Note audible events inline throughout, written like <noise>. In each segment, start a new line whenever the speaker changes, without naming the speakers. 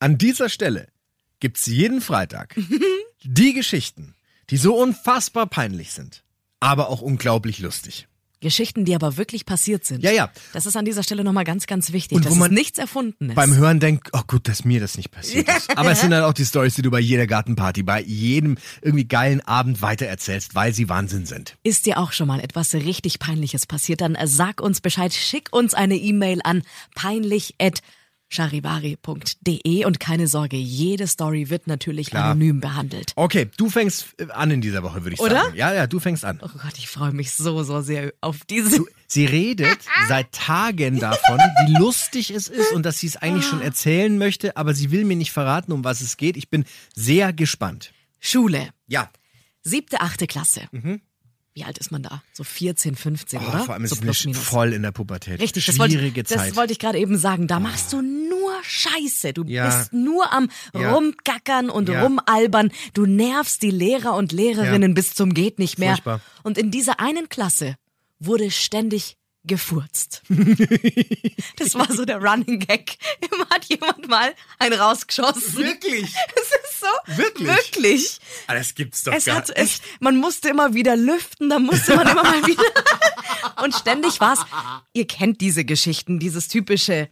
An dieser Stelle gibt's jeden Freitag die Geschichten, die so unfassbar peinlich sind, aber auch unglaublich lustig.
Geschichten, die aber wirklich passiert sind.
Ja, ja.
Das ist an dieser Stelle nochmal ganz, ganz wichtig,
Und
dass
wo man
es nichts erfunden ist.
Beim Hören denkt, oh gut, dass mir das nicht passiert ist. Aber es sind dann auch die Stories, die du bei jeder Gartenparty, bei jedem irgendwie geilen Abend weitererzählst, weil sie Wahnsinn sind.
ist dir auch schon mal etwas richtig Peinliches passiert, dann äh, sag uns Bescheid, schick uns eine E-Mail an peinlich.charivari.de und keine Sorge, jede Story wird natürlich anonym behandelt.
Okay, du fängst äh, an in dieser Woche, würde ich
Oder?
sagen. Ja, ja, du fängst an.
Oh Gott, ich freue mich so, so sehr auf diese.
Sie redet seit Tagen davon, wie lustig es ist und dass sie es eigentlich schon erzählen möchte, aber sie will mir nicht verraten, um was es geht. Ich bin sehr gespannt.
Schule,
Ja.
siebte, achte Klasse. Wie alt ist man da? So 14, 15,
Mhm. Oh,
oder?
vor allem ist
so
es mir sch- voll in der Pubertät.
Richtig, das wollte,
Schwierige
ich-
Zeit. Ah.
das wollte ich gerade eben sagen. Da machst du nur Scheiße. Du
Ja.
bist nur am
Ja.
Rumgackern und
Ja.
Rumalbern. Du nervst die Lehrer und Lehrerinnen
Ja.
bis zum geht nicht mehr.
Furchtbar.
Und in dieser einen Klasse wurde ständig gefurzt.
<laughs>
das war so der Running Gag. Immer hat jemand mal einen rausgeschossen.
Wirklich?
<laughs> Es ist so.
Wirklich?
Wirklich.
Ah, das gibt's doch
Es hat, es, man musste immer wieder lüften, da musste man immer
<laughs>
mal wieder. Und ständig war's. Ihr kennt diese Geschichten, dieses typische.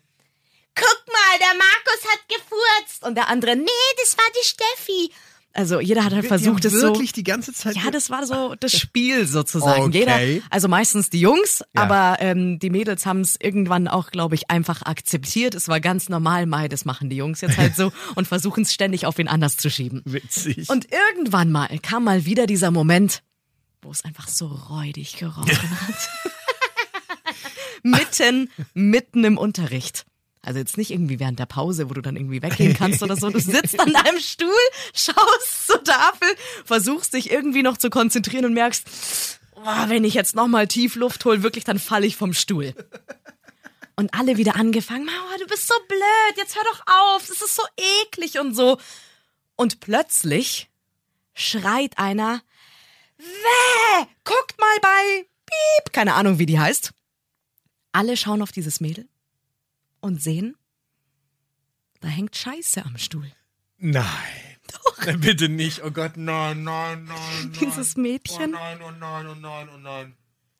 Guck mal, der Markus hat gefurzt. Und der andere, nee, das war die Steffi. Also jeder hat halt versucht,
Die
es
haben
so.
wirklich die ganze Zeit.
Ja, das war
<laughs>
so das Spiel sozusagen.
Okay.
Jeder, also meistens die Jungs,
Ja.
aber ähm, die Mädels haben es irgendwann auch, glaube ich, einfach akzeptiert. Es war ganz normal, Mai, das machen die Jungs
<laughs>
jetzt halt so und versuchen es ständig auf wen anders zu schieben.
witzig.
Und irgendwann mal kam mal wieder dieser Moment, wo es einfach so räudig gerochen hat. mitten, mitten im Unterricht. Also jetzt nicht irgendwie während der Pause, wo du dann irgendwie weggehen kannst oder so. Du sitzt an deinem Stuhl, schaust zur Tafel, versuchst dich irgendwie noch zu konzentrieren und merkst, boah, wenn ich jetzt nochmal tief Luft hole, wirklich, dann falle ich vom Stuhl. Und alle wieder angefangen, Mauer, du bist so blöd, jetzt hör doch auf, das ist so eklig und so. Und plötzlich schreit einer, Wäh, guckt mal bei Piep, keine Ahnung, wie die heißt. Alle schauen auf dieses Mädel und sehen, da hängt Scheiße am Stuhl.
nein. Nein, Bitte nicht. Oh Gott, nein, nein, nein.
<laughs> Dieses
nein.
Mädchen
nein, oh nein, oh nein, oh nein.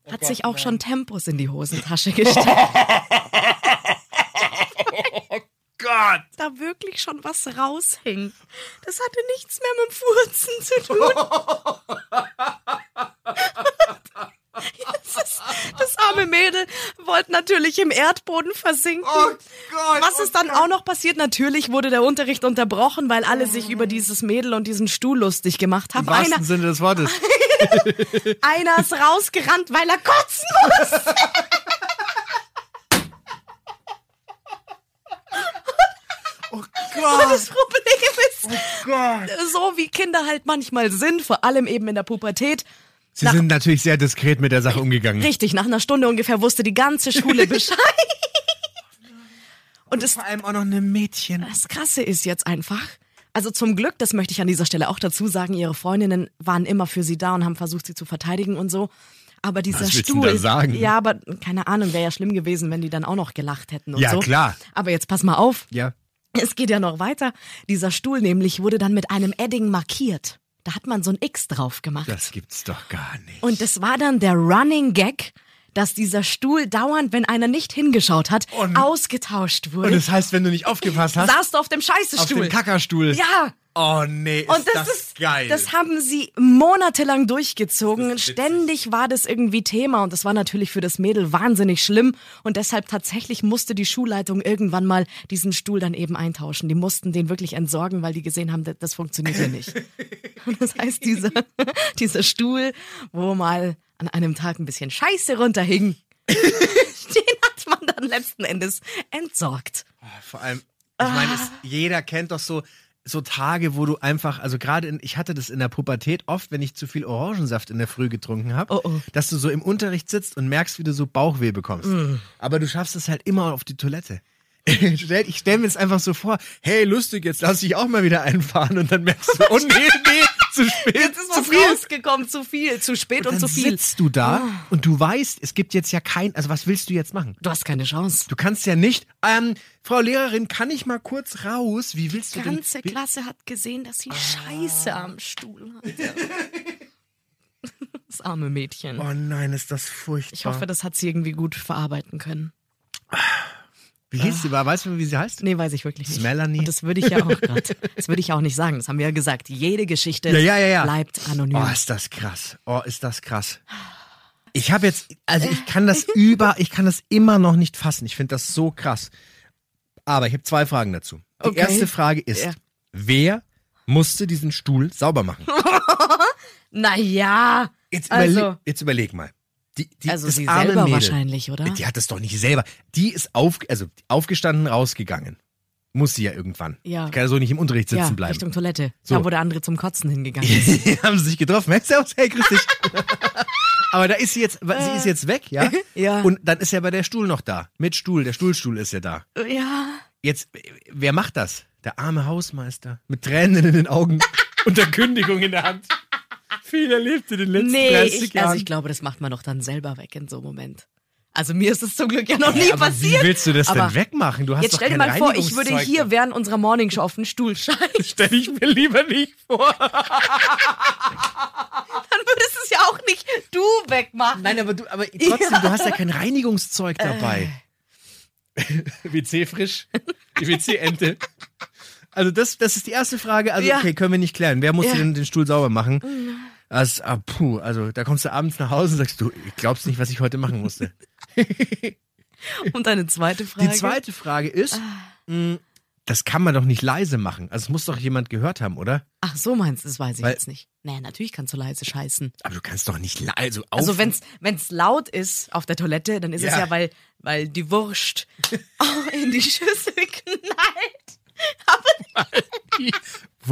hat sich auch schon Tempos in
<laughs>
die Hosentasche gesteckt.
Oh Gott!
da wirklich schon was raushing. Das hatte nichts mehr mit Furzen zu
<laughs>
tun. Das, ist, das arme Mädel wollte natürlich im Erdboden versinken.
Oh
Was ist dann auch noch passiert? Natürlich wurde der Unterricht unterbrochen, weil alle sich über dieses Mädel und diesen Stuhl lustig gemacht haben.
Oh Im wahrsten
Einer,
Sinne des
<laughs>
Wortes.
einer ist rausgerannt, weil er kotzen muss.
<laughs> Oh
Und
Gott!
das Problem ist,
Gott!
so wie Kinder halt manchmal sind, vor allem eben in der Pubertät,
Sie sind natürlich sehr diskret mit der Sache umgegangen.
Richtig, nach einer Stunde ungefähr wusste die
<laughs>
ganze Schule Bescheid. Und es,
Vor allem auch noch eine Mädchen.
das Krasse ist jetzt einfach, also zum Glück, das möchte ich an dieser Stelle auch dazu sagen, ihre Freundinnen waren immer für sie da und haben versucht, sie zu verteidigen und so. Aber dieser
willst du
Stuhl.
denn da sagen?
Ja, aber keine Ahnung, wäre ja schlimm gewesen, wenn die dann auch noch gelacht hätten und
Ja,
so.
klar.
Aber jetzt pass mal auf.
Ja.
Es geht ja noch weiter. Dieser Stuhl nämlich wurde dann mit einem Edding markiert. Da hat man so ein X drauf gemacht.
Das gibt's doch gar nicht.
Und das war dann der Running Gag, dass dieser Stuhl dauernd, wenn einer nicht hingeschaut hat,
Und-
ausgetauscht
Und
wurde.
das heißt, wenn du nicht aufgepasst hast,
Saß du auf dem
auf
Scheißestuhl.
dem Kackerstuhl.
ja.
Oh nee, ist
Und das,
das,
ist
geil.
Das haben sie monatelang durchgezogen. Ständig war das irgendwie Thema und das war natürlich für das Mädel wahnsinnig schlimm und deshalb tatsächlich musste die Schulleitung irgendwann mal diesen Stuhl dann eben eintauschen. Die mussten den wirklich entsorgen, weil die gesehen haben, das, das funktioniert ja nicht. Und das heißt, dieser, <laughs> dieser Stuhl, wo mal an einem Tag ein bisschen Scheiße runterhing, den hat man dann letzten Endes entsorgt.
Oh,
Ah.
Vor allem, ich meine, es- jeder kennt doch so so Tage, wo du einfach, also gerade in, ich hatte das in der Pubertät oft, wenn ich zu viel Orangensaft in der Früh getrunken habe,
Oh, oh.
dass du so im Unterricht sitzt und merkst, wie du so Bauchweh bekommst.
Mm.
Aber du schaffst es halt immer auf die Toilette. <laughs> Stell- ich stelle mir jetzt einfach so vor, hey, lustig, jetzt lass ich auch mal wieder einfahren und dann merkst du, oh
<laughs>
nee, nee, zu spät,
Jetzt ist
zu
was
viel.
rausgekommen, zu viel, zu spät und,
dann
zu viel. Ah.
sitzt du da und du weißt, es gibt jetzt ja kein, also was willst du jetzt machen?
Du hast keine Chance.
Du kannst ja nicht, ähm, Frau Lehrerin, kann ich mal kurz raus? Wie willst du
Die
denn?
ganze Klasse hat gesehen, dass sie
Ah.
Scheiße am Stuhl hatte. Das arme Mädchen.
Oh nein, ist das furchtbar.
Ich hoffe, das hat sie irgendwie gut verarbeiten können.
Wie hieß sie? Weißt du, wie sie heißt?
Nee, weiß ich wirklich nicht.
Melanie.
Und das würde ich ja auch
<laughs>
gerade. Das würde ich auch nicht sagen. Das haben wir ja gesagt. Jede Geschichte
Ja, ja, ja, ja.
bleibt anonym.
Oh, ist das krass. Oh, ist das krass.
Ah.
Ich habe jetzt, also ich kann das über, ich kann das immer noch nicht fassen. Ich finde das so krass. Aber ich habe zwei Fragen dazu. Die
Okay.
erste Frage ist,
Ja.
wer musste diesen Stuhl sauber
<laughs>
machen?
naja.
Jetzt,
Also-
überleg, jetzt überleg mal. Die, die,
Also
das
sie
arme
selber
Mädel,
wahrscheinlich, oder?
Die hat es doch nicht selber. Die ist auf, also aufgestanden, rausgegangen. Muss sie ja irgendwann.
Ja.
Die kann ja so nicht im Unterricht sitzen
Ja,
bleiben.
Richtung Toilette.
So.
Da, wo der andere zum Kotzen hingegangen ist.
Die <laughs> haben sich getroffen. Merkst du auch? Hey, grüß dich. <laughs> Aber da ist sie jetzt, weil sie ist jetzt weg, ja?
Äh. <laughs> Ja.
Und dann ist ja aber der Stuhl noch da. Mit Stuhl, der Stuhlstuhl ist ja da.
Ja.
Jetzt, wer macht das? Der arme Hausmeister. Mit Tränen in den
<laughs>
Augen und der Kündigung in der Hand. Viel erlebt in den letzten
Nee,
30
ich,
Jahren.
also ich glaube, das macht man doch dann selber weg in so einem Moment. Also mir ist es zum Glück ja noch nie
aber
passiert.
Wie willst du das
aber
denn wegmachen? Du hast
Jetzt
doch
stell dir
kein
mal vor, ich würde
Reinigungszeug
hier während unserer Morningshow auf den Stuhl scheißen.
Stell ich mir lieber nicht vor.
<laughs> Dann würdest es ja auch nicht du wegmachen.
Nein, aber du, aber trotzdem, du hast ja kein Reinigungszeug
Äh.
dabei. <laughs> WC frisch, die WC-Ente. Also das, das ist die erste Frage. Also
Ja.
okay, können wir nicht klären. Wer musste
Ja. Oh
denn den Stuhl sauber machen? Das, ah, puh, also da kommst du abends nach Hause und sagst du, ich glaubst nicht, was ich heute machen
<laughs>
musste.
Und eine zweite Frage.
Die zweite Frage ist,
Ah.
mh, das kann man doch nicht leise machen. Also es muss doch jemand gehört haben, oder?
Ach so meinst, du, das weiß ich
Weil-
jetzt nicht. Naja, natürlich kannst du leise scheißen.
Aber du kannst doch nicht leise. Also, auf-
Also wenn's wenn's laut ist auf der Toilette, dann ist es
Ja.
ja, weil, weil
<laughs>
die Wurst in die Schüssel knallt. Aber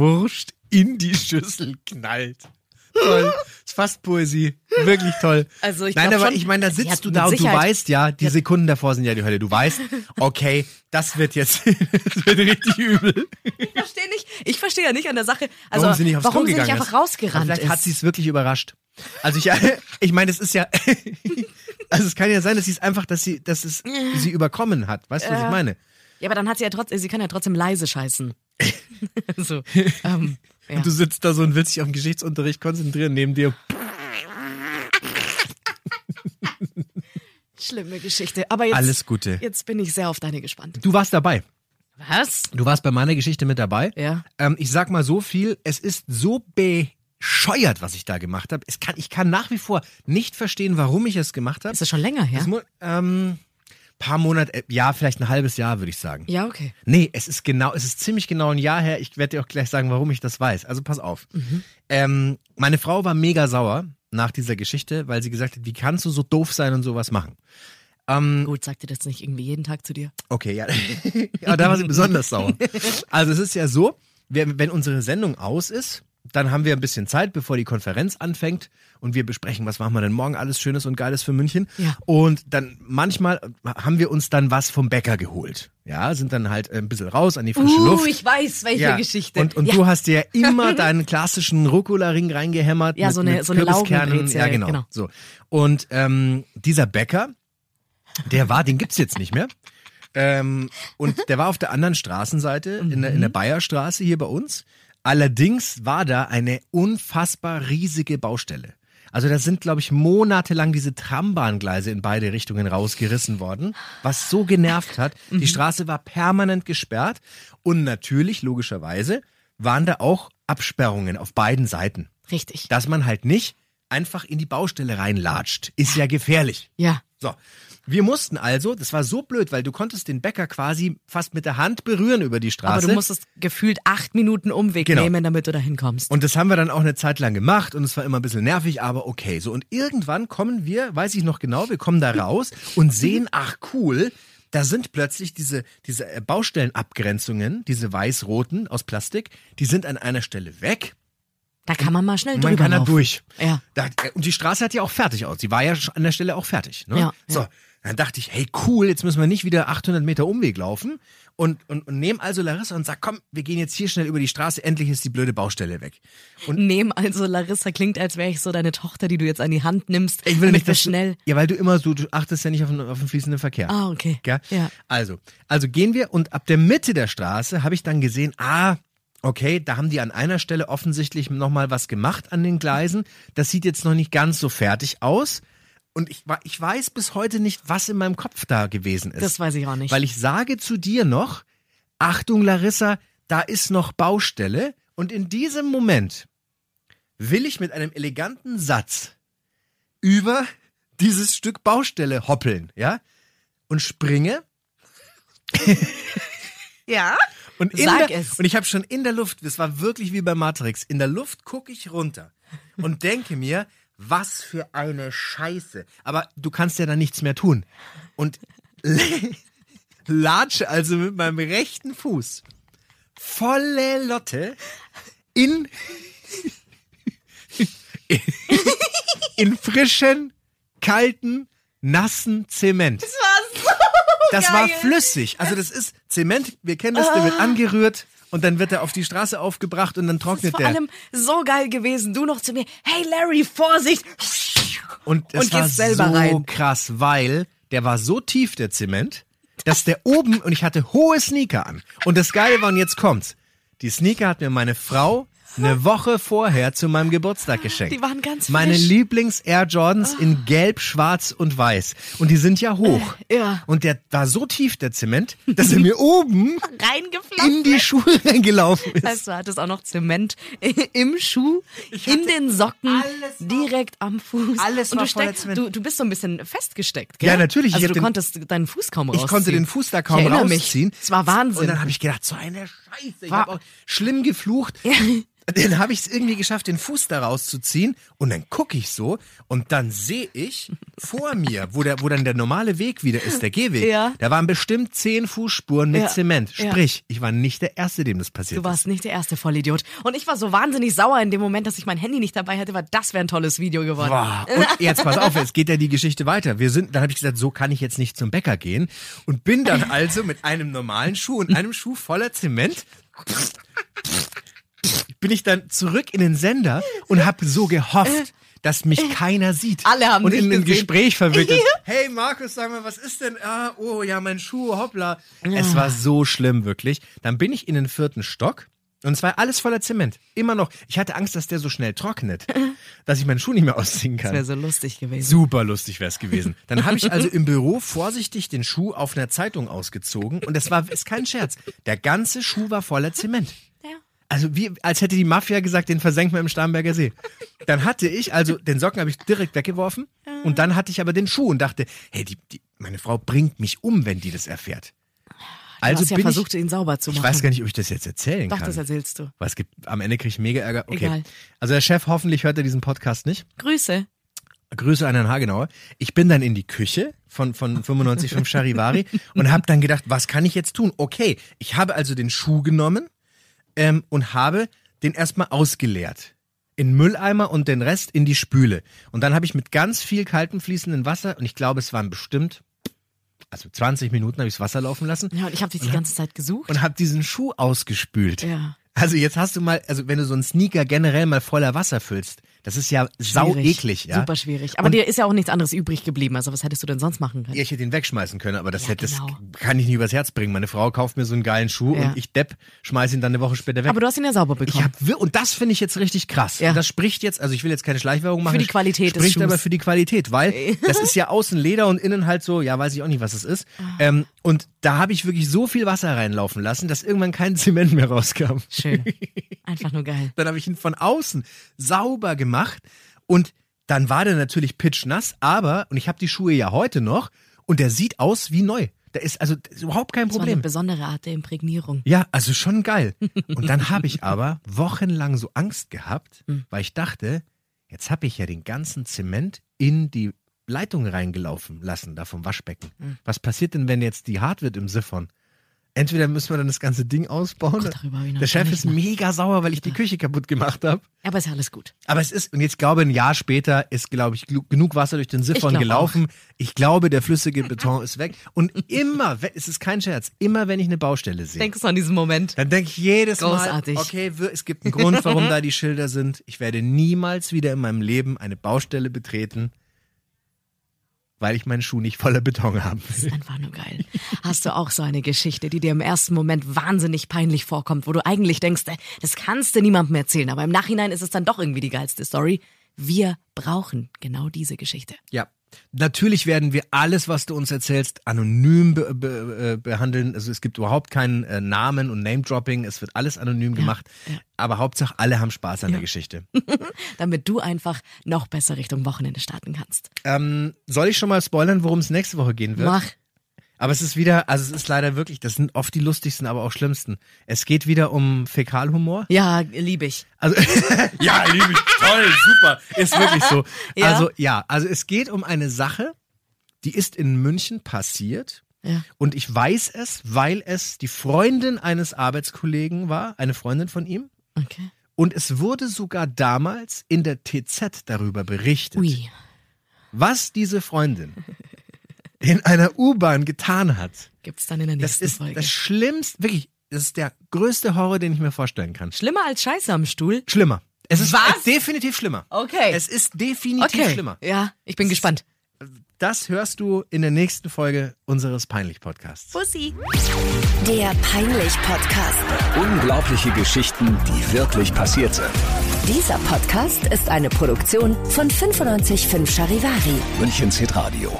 Wurst in die Schüssel knallt. Toll. Ist fast Poesie. Wirklich toll.
Also ich
Nein,
glaub
aber
schon,
ich meine, da
die
sitzt
hat
du
mit
da und du
Sicherheit-
weißt ja, die Sekunden davor sind ja die Hölle. Du
<laughs>
weißt, okay, das wird jetzt <laughs> das wird richtig übel.
Ich verstehe nicht, ich verstehe ja nicht an der Sache, also
warum sie nicht aufs
warum
Klo
sie
gegangen
nicht einfach
ist.
rausgerannt
Vielleicht
ist.
hat sie es wirklich überrascht. Also ich, <laughs> ich meine, es ist ja, <laughs> also es kann ja sein, dass sie es einfach, dass sie, dass es sie überkommen hat. Weißt du, was ich meine?
ja, aber dann hat sie ja trotzdem, sie kann ja trotzdem
<laughs>
leise scheißen. <laughs> so, ähm, ja.
Und du sitzt da so und willst dich auf den Geschichtsunterricht konzentrieren, neben dir
Schlimme Geschichte. Aber jetzt,
alles Gute.
jetzt bin ich sehr auf deine gespannt.
Du warst dabei.
Was?
Du warst bei meiner Geschichte mit dabei.
Ja.
Ähm, ich sag mal so viel, es ist so bescheuert, was ich da gemacht habe. Es kann, ich kann nach wie vor nicht verstehen, warum ich es gemacht habe.
Ist das schon länger her?
Es mu- Ähm, paar Monate, äh, ja, vielleicht ein halbes Jahr, würde ich sagen.
Ja, okay.
Nee, es ist genau, es ist ziemlich genau ein Jahr her. Ich werde dir auch gleich sagen, warum ich das weiß. Also pass auf.
Mhm.
Ähm, meine Frau war mega sauer nach dieser Geschichte, weil sie gesagt hat, wie kannst du so doof sein und sowas machen? Hm.
Gut, sagt ihr das nicht irgendwie jeden Tag zu dir?
Okay, <laughs> ja. Aber da war sie besonders sauer. Also es ist ja so, wir, wenn unsere Sendung aus ist, dann haben wir ein bisschen Zeit, bevor die Konferenz anfängt und wir besprechen, was machen wir denn morgen alles Schönes und Geiles für München.
Ja.
Und dann manchmal haben wir uns dann was vom Bäcker geholt. Ja, sind dann halt ein bisschen raus an die frische Luft.
Uh, ich weiß, welche
ja. Und, und
ja.
du hast dir ja
<laughs>
immer deinen klassischen Rucola-Ring reingehämmert.
Ja,
mit,
so eine-
mit
so eine
Kürbiskernen.
Laugenbrezel,
Ja, genau.
genau.
So. Und ähm, dieser Bäcker, der war, den gibt's jetzt nicht mehr. Ähm, und der war auf der anderen Straßenseite, in, der, in der
Mhm.
Bayerstraße hier bei uns. Allerdings war da eine unfassbar riesige Baustelle. Also da sind, glaube ich, monatelang diese Trambahngleise in beide Richtungen rausgerissen worden, was so genervt hat.
Mhm.
Die Straße war permanent gesperrt und natürlich, logischerweise, waren da auch Absperrungen auf beiden Seiten,
Richtig.
dass man halt nicht einfach in die Baustelle reinlatscht. Ist ja gefährlich.
Ja.
So, wir mussten also, das war so blöd, weil du konntest den Bäcker quasi fast mit der Hand berühren über die Straße.
Aber du musstest gefühlt acht Minuten Umweg
Genau.
nehmen, damit du da hinkommst.
und das haben wir dann auch eine Zeit lang gemacht und es war immer ein bisschen nervig, aber okay. So, und irgendwann kommen wir, weiß ich noch genau, wir kommen da raus und sehen, ach cool, da sind plötzlich diese, diese äh, Baustellenabgrenzungen, diese weiß-roten aus Plastik, die sind an einer Stelle weg.
Da kann man mal schnell
Und
drüber
man kann da
laufen.
durch.
Ja.
Da, äh, und die Straße hat ja auch fertig aus. Die war ja sch- an der Stelle auch fertig. Ne?
Ja,
so, dann dachte ich, hey cool, jetzt müssen wir nicht wieder 800 Meter Umweg laufen. Und, und, und nehme also Larissa und sag, komm, wir gehen jetzt hier schnell über die Straße. Endlich ist die blöde Baustelle weg. Und
Nehmen also Larissa klingt, als wäre ich so deine Tochter, die du jetzt an die Hand nimmst.
ich will
damit
nicht,
wir
dass
schnell.
Du, ja, weil du immer so, du achtest ja nicht auf den, auf den fließenden Verkehr.
Ah, okay.
Gell?
Ja.
Also, also gehen wir und ab der Mitte der Straße habe ich dann gesehen, ah, okay, da haben die an einer Stelle offensichtlich nochmal was gemacht an den Gleisen. Das sieht jetzt noch nicht ganz so fertig aus. Und ich, wa- ich weiß bis heute nicht, was in meinem Kopf da gewesen ist.
Das weiß ich auch nicht.
Weil ich sage zu dir noch, Achtung Larissa, da ist noch Baustelle. Und in diesem Moment will ich mit einem eleganten Satz über dieses Stück Baustelle hoppeln, ja? Und springe.
<laughs> ja.
Und, in
Sag
der,
es.
und ich habe schon in der Luft, das war wirklich wie bei Matrix, in der Luft gucke ich runter und denke mir, was für eine Scheiße. Aber du kannst ja da nichts mehr tun. Und <laughs> l- latsche also mit meinem rechten Fuß volle Lotte in, in frischen, kalten, nassen Zement. Das war flüssig. Also das ist Zement, wir kennen das, der wird angerührt und dann wird er auf die Straße aufgebracht und dann
Ah. Das ist
trocknet
vor
der.
allem so geil gewesen. Du noch zu mir. Hey Larry, Vorsicht! <laughs>
Und das
und
war
gehst selber
so
rein.
krass, weil der war so tief, der Zement, dass der oben, und ich hatte hohe Sneaker an. Und das Geile war, und jetzt kommt's, die Sneaker hat mir meine Frau eine Woche vorher zu meinem Geburtstag geschenkt.
Die waren ganz
Meine
frisch. Ah.
Lieblings-Air Jordans in gelb, schwarz und weiß. Und die sind ja hoch.
Äh, Ja.
Und der war so tief, der Zement, dass er mir
<laughs>
oben
Reingeflogen.
in die Schuhe reingelaufen ist.
Also hat es auch noch Zement <laughs> im Schuh, in den Socken,
alles war-
direkt am Fuß.
Alles
und
war
du,
voller
steckst,
Zement.
du, du bist so ein bisschen festgesteckt, gell?
Ja, natürlich. Ich
Also
hab
du
den-
konntest deinen Fuß kaum rausziehen.
Ich konnte den Fuß da kaum
ich erinnere
rausziehen.
Mich. Es war Wahnsinn.
Und dann habe ich gedacht, so eine Scheiße. Ich
War-
habe auch schlimm geflucht. <laughs> Dann habe ich es irgendwie geschafft, den Fuß da rauszuziehen. Und dann gucke ich so und dann sehe ich
<laughs>
vor mir, wo, der, wo dann der normale Weg wieder ist, der Gehweg,
Ja.
da waren bestimmt zehn Fußspuren mit
Ja.
Zement.
Ja.
Sprich, ich war nicht der Erste, dem das passiert
Du warst nicht der erste Vollidiot. Und ich war so wahnsinnig sauer in dem Moment, dass ich mein Handy nicht dabei hatte, weil das wäre ein tolles Video geworden.
Boah.
<laughs>
Und jetzt pass auf, jetzt geht ja die Geschichte weiter. Wir sind, dann habe ich gesagt, so kann ich jetzt nicht zum Bäcker gehen und bin
<laughs>
dann also mit einem normalen Schuh und einem Schuh voller Zement bin ich dann zurück in den Sender und habe so gehofft, dass mich keiner sieht.
Äh. Alle haben
und
dich
in ein
gesehen.
Gespräch verwickelt. Hey Markus, sag mal, was ist denn? Ah, oh ja, mein Schuh, hoppla. Es war so schlimm wirklich. Dann bin ich in den vierten Stock. Und es war alles voller Zement. Immer noch. Ich hatte Angst, dass der so schnell trocknet, dass ich meinen Schuh nicht mehr ausziehen
Das
kann.
wäre so lustig gewesen.
Super lustig wäre es gewesen. Dann habe ich also im Büro vorsichtig den Schuh auf einer Zeitung ausgezogen und das war ist kein Scherz. Der ganze Schuh war voller Zement. Also wie als hätte die Mafia gesagt, den versenken wir im Starnberger See. Dann hatte ich also den Socken habe ich direkt weggeworfen und dann hatte ich aber den Schuh und dachte, hey, die, die, meine Frau bringt mich um, wenn die das erfährt.
Du
Also
hast ja
bin
versucht,
ich,
ihn sauber zu machen.
ich weiß gar nicht, ob ich das jetzt erzählen
Doch,
kann.
das erzählst du.
Was gibt am Ende kriege ich mega Ärger. Okay.
Egal.
Also der Chef hoffentlich hört er diesen Podcast nicht.
Grüße.
Grüße an Herrn Hagenauer. Ich bin dann in die Küche von, von 95.5
<laughs>
Charivari und habe dann gedacht, was kann ich jetzt tun? Okay, ich habe also den Schuh genommen ähm, und habe den erstmal ausgeleert. In Mülleimer und den Rest in die Spüle. Und dann habe ich mit ganz viel kaltem fließenden Wasser, und ich glaube, es waren bestimmt, also 20 Minuten habe ich das Wasser laufen lassen
Ja, und ich habe dich die ganze Zeit gesucht.
und habe diesen Schuh ausgespült.
Ja.
Also jetzt hast du mal, also wenn du so einen Sneaker generell mal voller Wasser füllst, das ist ja sau
Schwierig.
eklig, ja.
Super schwierig. Aber
Und-
dir ist ja auch nichts anderes übrig geblieben. Also was hättest du denn sonst machen können?
Ja, ich hätte ihn wegschmeißen können, aber das,
Ja,
hätte,
genau.
das kann ich nicht übers Herz bringen. Meine Frau kauft mir so einen geilen Schuh
Ja.
und ich depp, schmeiß ihn dann eine Woche später weg.
Aber du hast ihn ja sauber
ich
bekommen.
hab, wir- und das finde ich jetzt richtig krass.
Ja.
Das spricht jetzt, also ich will jetzt keine Schleichwerbung machen.
die Qualität des
Spricht aber
Schuhs.
für die Qualität, weil
<laughs>
das ist ja außen Leder und innen halt so, ja, weiß ich auch nicht, was es ist.
Ah.
Ähm, und da habe ich wirklich so viel Wasser reinlaufen lassen, dass irgendwann kein Zement mehr rauskam. <laughs>
Schön. Einfach nur geil.
Dann habe ich ihn von außen sauber gemacht und dann war der natürlich pitschnass, aber, und ich habe die Schuhe ja heute noch und der sieht aus wie neu. Da ist also das ist überhaupt kein
Das war eine
Problem.
besondere Art der Imprägnierung.
Ja, also schon geil. Und dann habe ich aber wochenlang so
Hm.
Angst gehabt, weil ich dachte, jetzt habe ich ja den ganzen Zement in die Leitung reingelaufen lassen, da vom Waschbecken.
Hm.
Was passiert denn, wenn jetzt die hart wird im Siphon? Entweder müssen wir dann das ganze Ding ausbauen.
Oh Gott, darüber hab ich noch
der Chef
nicht
ist
nach-
mega sauer, weil ich die Küche kaputt gemacht habe.
Aber ist ja alles gut.
Aber es ist, und jetzt glaube ein Jahr später ist, glaube ich, glu- genug Wasser durch den Siphon
glaub
gelaufen. Ich glaube, der flüssige Beton ist weg. Und immer, we- es ist kein Scherz, immer wenn ich eine Baustelle sehe,
Denkst du an diesen Moment?
dann denke ich jedes
Großartig.
Mal, okay, wir- es gibt einen Grund, warum da die Schilder sind. Ich werde niemals wieder in meinem Leben eine Baustelle betreten, weil ich meinen Schuh nicht voller Beton haben
Das
will.
ist einfach nur geil. Hast du auch so eine Geschichte, die dir im ersten Moment wahnsinnig peinlich vorkommt, wo du eigentlich denkst, äh, das kannst du niemandem erzählen, aber im Nachhinein ist es dann doch irgendwie die geilste Story. Wir brauchen genau diese Geschichte.
Ja. Natürlich werden wir alles, was du uns erzählst, anonym be be äh, behandeln. Also es gibt überhaupt keinen äh, Namen und Name-Dropping. Es wird alles anonym gemacht. Aber Hauptsache, alle haben Spaß an der Geschichte.
damit du einfach noch besser Richtung Wochenende starten kannst.
ähm, soll ich schon mal spoilern, worum es nächste Woche gehen wird?
Mach.
Aber es ist wieder, also es ist leider wirklich, das sind oft die lustigsten, aber auch schlimmsten. Es geht wieder um Fäkalhumor.
Ja, liebe ich.
Also, ja, liebe ich, toll, super. Ist wirklich so.
<laughs> Ja.
Also, ja, also es geht um eine Sache, die ist in München passiert.
Ja.
Und ich weiß es, weil es die Freundin eines Arbeitskollegen war, eine Freundin von ihm.
Okay.
Und es wurde sogar damals in der TZ darüber berichtet,
Ui.
was diese Freundin <laughs> in einer U-Bahn getan hat.
Gibt's dann in der
Das
nächsten
ist
Folge.
das Schlimmste, wirklich, das ist der größte Horror, den ich mir vorstellen kann.
Schlimmer als Scheiße am Stuhl.
Schlimmer. Es ist
Was?
es ist definitiv schlimmer.
Okay.
Es ist definitiv
Okay.
schlimmer.
Ja, ich bin gespannt.
Das hörst du in der nächsten Folge unseres Peinlich-Podcasts.
Bussi.
Der Peinlich-Podcast.
Unglaubliche Geschichten, die wirklich passiert sind.
Dieser Podcast ist eine Produktion von 955 Charivari.
Münchens Hitradio.